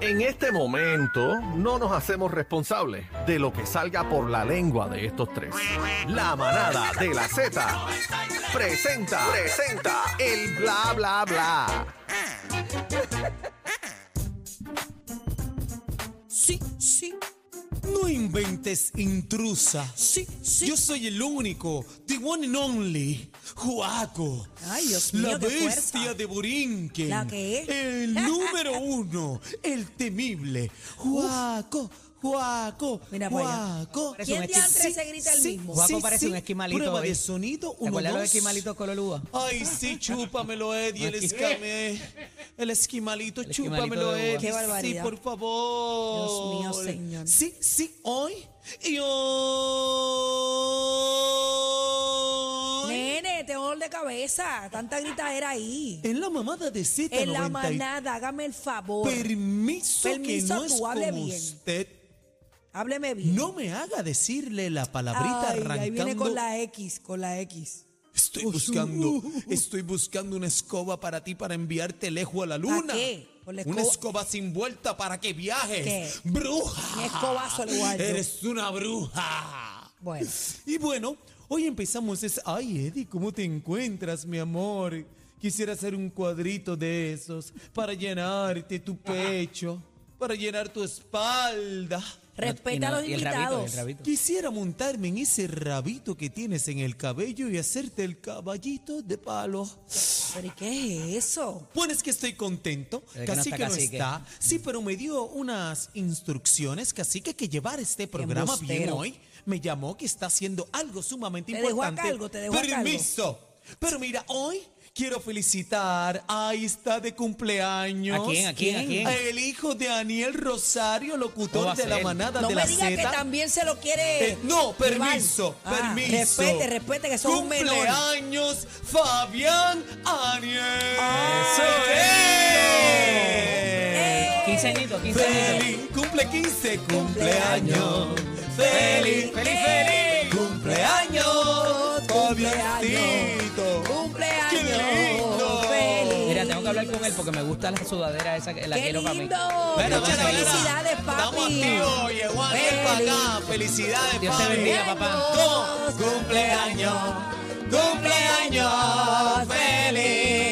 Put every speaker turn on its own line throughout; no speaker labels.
En este momento no nos hacemos responsables de lo que salga por la lengua de estos tres. La manada de la Z presenta, presenta el bla bla bla.
Sí, sí. No inventes intrusa. Sí, sí. Yo soy el único, the one and only, Juaco.
Ay, Dios
La
mío, qué
bestia
fuerza.
de Borinquen.
¿La qué?
El número uno, el temible, Juaco. Juaco,
Mira para allá.
Juaco.
Parece un ¿Quién esquí- diantre
Sí,
se grita el mismo?
sí,
Juaco
sí,
parece
sí.
un esquimalito
Prueba
hoy.
de sonido,
¿Te
uno,
acuerdas
dos.
los esquimalitos cololúa?
Ay, sí, chúpamelo, Eddie, el escamé. El esquimalito,
esquimalito
chúpamelo,
de uva.
Eddie.
Qué
Sí,
barbaridad.
por favor.
Dios mío, señor.
Sí, sí, hoy y hoy.
Nene, tengo dolor de cabeza. Tanta gritadera ahí.
En la mamada de Z90.
En la manada, hágame el favor.
Permiso, que
Permiso,
no es
tú hable
como
bien.
usted.
Hábleme bien.
No me haga decirle la palabrita
Ay,
arrancando.
ahí viene con la X, con la X.
Estoy
Oh,
buscando, estoy buscando una escoba para ti para enviarte lejos a la luna.
qué? Con la
Una
escoba-
escoba sin vuelta para que viajes.
¿Qué?
¡Bruja!
Un escobazo le guardo.
Eres una bruja.
Bueno.
Y bueno, hoy empezamos es. Ay, Eddie, ¿cómo te encuentras, mi amor? Quisiera hacer un cuadrito de esos para llenarte tu pecho, para llenar tu espalda.
Respeta
Y no-
a los
y el rabito,
invitados.
el rabito.
Quisiera montarme en ese rabito que tienes en el cabello y hacerte el caballito de palo.
¿Pero y qué es eso?
Bueno, es que estoy contento.
Pero que no
Cacique
está
no
Cacique.
está. Sí, pero me dio unas instrucciones, Cacique, que llevar este programa bien
embustero.
hoy. Me llamó que está haciendo algo sumamente
Te dejó a
importante.
cargo, te dejó a cargo.
Permiso. Pero mira, hoy quiero felicitar. Ahí está de cumpleaños.
¿A quién, a quién, a quién?
El hijo de Daniel Rosario,
¿Cómo va
locutor
a
de la
ser?
manada
No
de
me
la
diga que
Zeta.
también se lo quiere.
Eh, no,
llevar.
permiso,
Ah,
permiso.
Respete, respete, que son un menor.
Cumpleaños, Fabián Aniel.
Ah,
¡Eso
Eh,
Quincenito, quincenito.
Feliz, cumple 15, cumpleaños. Feliz, feliz,
Eh,
feliz. Cumpleaños, Fabiancito.
Cumpleaños.
¡Qué lindo!
Feliz.
Mira, tengo que hablar con él porque me gusta la sudadera esa, que la
¡Qué
quiero
lindo!
para mí.
Bueno,
Muchas
bueno,
felicidades,
bueno.
papi.
Estamos activos, oye, Juan, ven para acá. Felicidades,
Dios te
papi.
bendiga, papá.
Dos cumpleaños, cumpleaños feliz.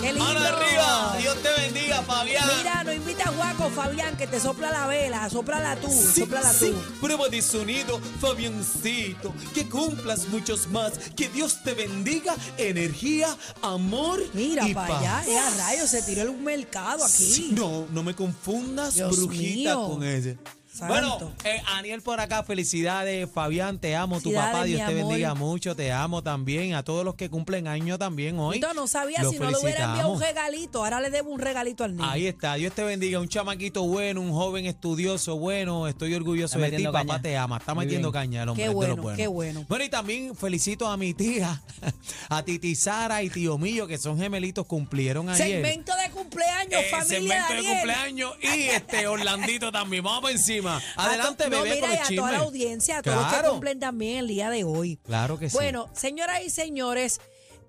¡Qué lindo!
Mano arriba, Dios te bendiga, Fabián.
Mira, no invita a Guaco, Fabián, que te sopla la vela. Sóplala tú,
Sí,
sóplala
sí,
tú.
prueba de sonido, Fabiancito, que cumplas muchos más, que Dios te bendiga, energía, amor
Mira
y
para
paz.
allá, eh, a rayos, se tiró el mercado aquí.
Sí, No, no me confundas,
Dios
brujita,
mío.
con ese.
Santo.
Bueno, eh, Aniel por acá, felicidades. Fabián, te amo. Tu
Felicidades,
papá, Dios
mi
te
amor.
bendiga mucho. Te amo también. A todos los que cumplen año también hoy.
Yo no sabía
Los
si no le hubiera enviado un
felicitamos.
regalito. Ahora le debo un regalito al niño.
Ahí está, Dios te bendiga, un chamaquito bueno, un joven estudioso bueno, estoy orgulloso de
Está
ti,
metiendo
papá
caña.
te ama, está
Muy
metiendo
bien.
caña el hombre,
Qué
es de lo
bueno, qué bueno.
Bueno, y también felicito a mi tía, a Titi Sara y tío mío, que son gemelitos, cumplieron ayer.
Segmento de cumpleaños,
Eh,
familia
segmento de
Daniel.
cumpleaños y este Orlandito también. Vamos por encima. Adelante,
A to- Ah, pues, no,
bebé,
mira,
con
y
el
a
chisme.
toda la audiencia, a todos los que
Claro.
cumplen también el día de hoy.
Claro que sí.
Bueno, señoras y señores,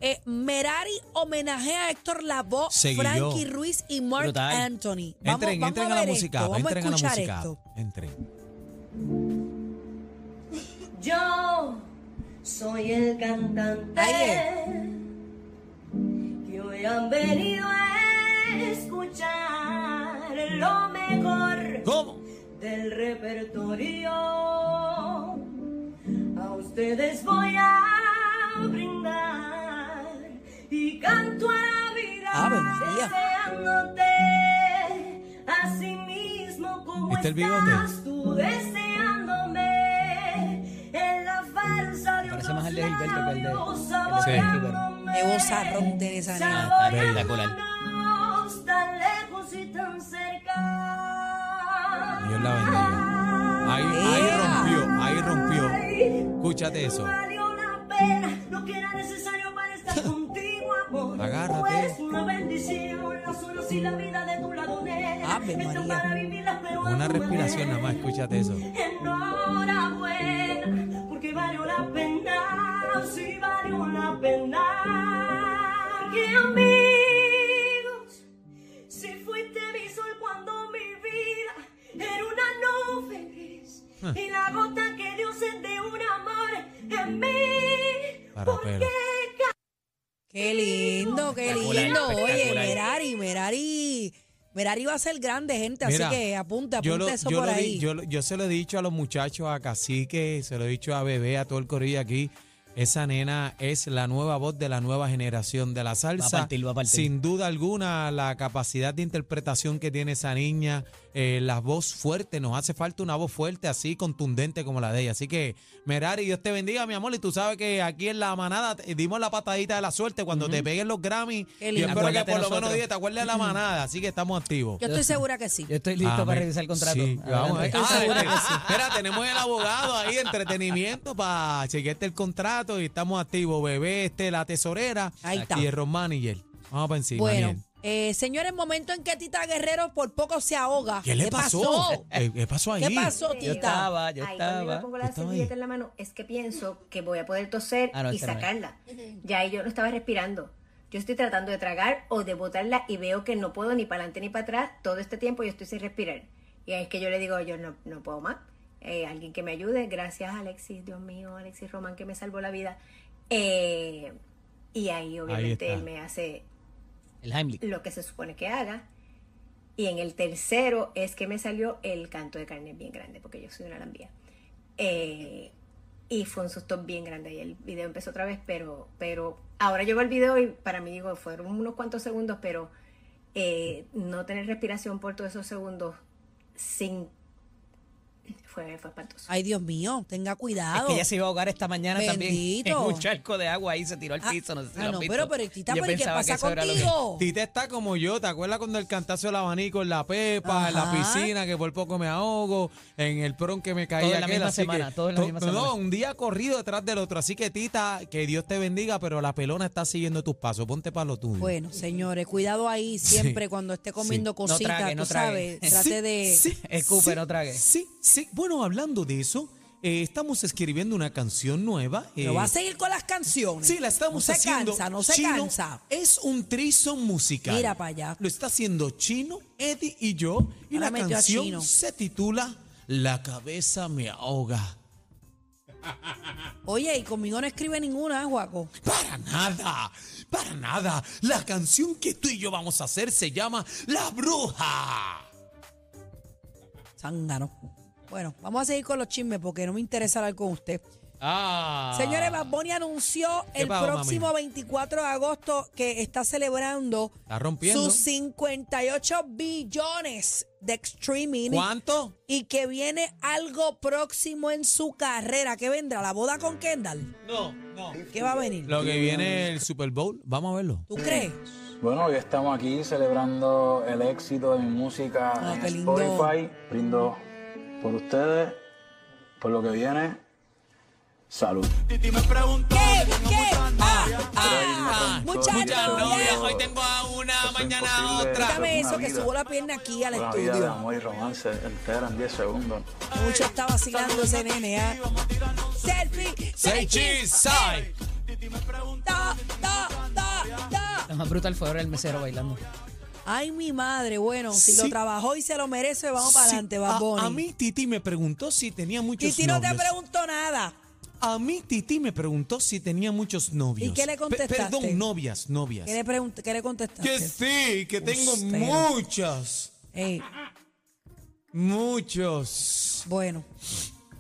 eh, Merari homenajea a Héctor Lavoe,
Seguí
Frankie
yo.
Ruiz y Mark
Brutal.
Anthony. Vamos,
entren,
vamos
entren
a,
a,
ver
la
esto,
música,
vamos a
entren a la
escuchar
música.
esto.
Entren.
Yo soy el cantante
Ahí
que hoy han venido a escuchar lo mejor
¿Cómo?
del repertorio. A ustedes voy a brindar y canto a la vida
Ave María.
deseándote así mismo como
¿Viste el bigote?
estás tú deseándome en la farsa de
Parece
otros
más el de Gilberto que el de- el
labios,
de Frankie, pero-
saboreándome,
Qué vozarrón tenés, Ana.
Ah, está espectacular.
saboreándonos.
la bendiga. Ahí, ahí
Ea.
rompió, ahí rompió. Escúchate eso.
Valió la pena, lo que era necesario para estar contigo, amor.
Agárrate.
Tú eres una bendición, las horas y la vida de tu lado, nena.
Ave
Están
María.
para vivirlas, pero a
Una
tu
respiración nada más,
manera.
escúchate eso.
Enhorabuena, porque valió la pena, sí valió la pena. Que amigos, si fuiste mi sol cuando mi vida era una nube gris
Ah.
y la gota que dio sed de un amor en mí.
Para
Porque
pelo.
Qué lindo, qué
Espectacular,
lindo. Oye,
espectacular.
Merari, Merari. Merari va a ser grande, gente,
Mira,
así que apunta,
yo
apunta
lo-
eso
yo
por
lo di-
ahí.
yo, lo- yo se lo he dicho a los muchachos, a Cacique, se lo he dicho a Bebé, a todo el corillo aquí. Esa nena es la nueva voz de la nueva generación de la salsa.
partir, va a partir.
Sin duda alguna, la capacidad de interpretación que tiene esa niña, eh, la voz fuerte, nos hace falta una voz fuerte así, contundente como la de ella. Así que, Merari, Dios te bendiga, mi amor. Y tú sabes que aquí en la manada eh, dimos la patadita de la suerte cuando te peguen los Grammy.
Qué
Y
lindo.
espero que
Acuérdate
por lo
nosotros.
menos diez te acuerdes de la manada. Así que estamos activos.
Yo estoy segura que sí.
Yo estoy listo
Amén.
para revisar el contrato.
Ah, Sí, vamos a ver.
Adelante.
Ah, espera, tenemos el abogado ahí, entretenimiento, para chequearte el contrato y estamos activos. Bebé, este, la tesorera
Ahí está.
y el road manager. Vamos para encima,
bueno,
Aniel.
eh, señores, momento en que Tita Guerrero por poco se ahoga.
¿Qué le pasó? Eh, ¿Qué pasó ahí?
¿Qué pasó,
Yo
Tita?
estaba, yo
Ahí cuando yo me
estaba.
pongo
yo
la
estaba ahí.
servilleta en la mano, es que pienso que voy a poder toser
Ah, no,
y
esta no es.
sacarla. Ya ahí yo no estaba respirando. Yo estoy tratando de tragar o de botarla y veo que no puedo ni para adelante ni para atrás. Todo este tiempo yo estoy sin respirar. Y ahí es que yo le digo, yo no, no puedo más. Eh, alguien que me ayude. Gracias, Alexis. Dios mío, Alexis Román, que me salvó la vida. Eh, y ahí obviamente
está.
él me hace
El Heimlich.
lo que se supone que haga. Y en el tercero es que me salió el canto de carne bien grande, porque yo soy una lambía. Eh, y fue un susto bien grande y el video empezó otra vez, pero, pero ahora llegó el video y para mí digo, fueron unos cuantos segundos, pero eh, no tener respiración por todos esos segundos sin... Fue, fue espantoso.
Ay, Dios mío, tenga
Es
cuidado.
que ella se iba a ahogar esta mañana
Bendito.
también. En un charco de agua ahí se tiró al
Ah,
piso. no sé si
ah,
lo han
no,
visto.
pero, pero, Tita,
Yo
¿pero ¿y qué
pensaba que
pasa
eso era lo que-
contigo?
Tita está como yo, ¿te acuerdas cuando el cantazo del abanico en la pepa, en la
Ajá.
piscina, que por poco me ahogo, en el pron que me caí
Todo en la
aquel,
misma
así
semana,
que-
todo en la
to-
misma
no,
semana.
un día corrido detrás del otro. Así que, Tita, que Dios te bendiga, pero la pelona está siguiendo tus pasos. Ponte para lo
Pues,
tuyo.
Bueno, señores, cuidado ahí siempre cuando esté comiendo
Sí.
cositas,
trague, no
tú
trague.
sabes. Trate de.
Escupe, no trague.
Sí, sí. Bueno, hablando de eso, eh, estamos escribiendo una canción nueva. eh,
Pero va a seguir con las canciones.
Sí, la estamos
no
haciendo.
se cansa, no se
Chino
cansa.
Es un trison musical.
Mira pa' allá.
Lo está haciendo Chino, Eddie y yo. Y
Ahora
la
metió a
canción
Chino.
se titula La cabeza me ahoga.
Oye, y conmigo no escribe ninguna, ¿eh, Juaco.
Para nada, para nada. La canción que tú y yo vamos a hacer se llama La Bruja.
Zángano. Bueno, vamos a seguir con los chismes porque no me interesa hablar con usted.
Ah.
Señores, Bad Bunny anunció
¿Qué
el
pasó, mami?
próximo 24 de agosto que está celebrando
Está rompiendo.
sus 58 billones de streaming
¿Cuánto?
y que viene algo próximo en su carrera. ¿Qué vendrá? ¿La boda con Kendall?
No, no.
¿Qué va a venir?
Lo que viene el Super Bowl, vamos a verlo.
¿Tú crees?
Bueno, hoy estamos aquí celebrando el éxito de mi música
Ah,
en
qué lindo.
Spotify. Brindo por ustedes, por lo que viene. Salud.
¿Qué? ¿Qué? Ah, ah,
Ah,
muchachos,
muchas novias, hoy
tengo a una,
imposible.
Dame eso,
Una
que
vida.
subo la pierna aquí al
Una vida de
estudio.
amor y romance entera en 10 segundos.
Mucho está vacilando ese nene, ¿ah? Selfie,
Say
selfie,
cheese, say.
ta, ta, ta, ta.
Lo más brutal fue ahora el mesero bailando.
Ay, mi madre, bueno, si
Sí.
lo trabajó y se lo merece, vamos para
Sí,
adelante, Bad
a-
Bunny.
A, mí Titi me preguntó si tenía muchos
Titi no
novios.
te preguntó nada.
a mí Titi me preguntó si tenía muchos novios.
¿Y qué le
Pe-
contestaste?
perdón, novias, novias.
¿Qué le, pregunt- qué le contestaste?
Que sí, que tengo
Ustero.
muchas,
Ey,
muchos.
bueno.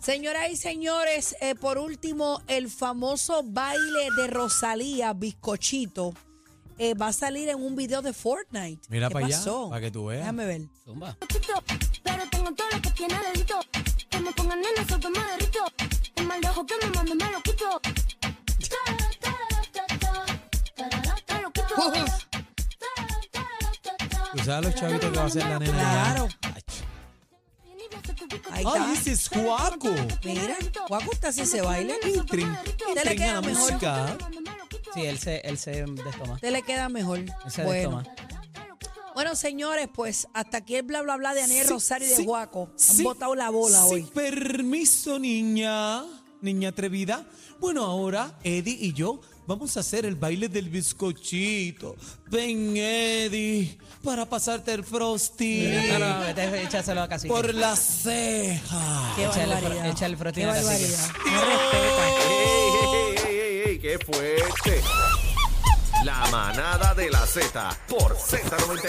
Señoras y señores, eh, por último, el famoso baile de Rosalía, bizcochito, eh, va a salir en un video de Fortnite.
Mira
¿Qué
pa' allá,
pasó?
pa' que tú veas.
Déjame ver.
Zumba.
Pero tengo todo lo que tiene delito. Que me pongan en eso que me derrito. El mal de ojo que me manda me lo quito.
¿Tú sabes los chavitos que va a hacer la nena?
Claro.
ya? Ach,
Ahí
Ah,
está.
ese es Juaco.
Mira, Juaco usted hace ese baile.
Entren,
Te le
entren a
queda
la
mejor.
música.
Sí, él se, él se destoma.
Te le queda mejor.
Ese
Bueno.
destoma.
Bueno, señores, pues hasta aquí el bla bla bla de Aniel
Sí,
Rosario y
sí,
de Juaco. Han
sí,
botado la bola
sí,
hoy.
permiso, niña. Niña atrevida. Bueno, ahora Eddie y yo vamos a hacer el baile del bizcochito. Ven, Eddie, para pasarte el frosty
No, no, vete, échaselo a Cacique.
por la ceja.
Qué
Echa el fro-
barbaridad.
echa el
Qué
frotino a Cacique.
barbaridad. No respeta.
¡Ey, ey, ey, ey, ey! ¡Qué fuerte! La manada de la Z por Z93.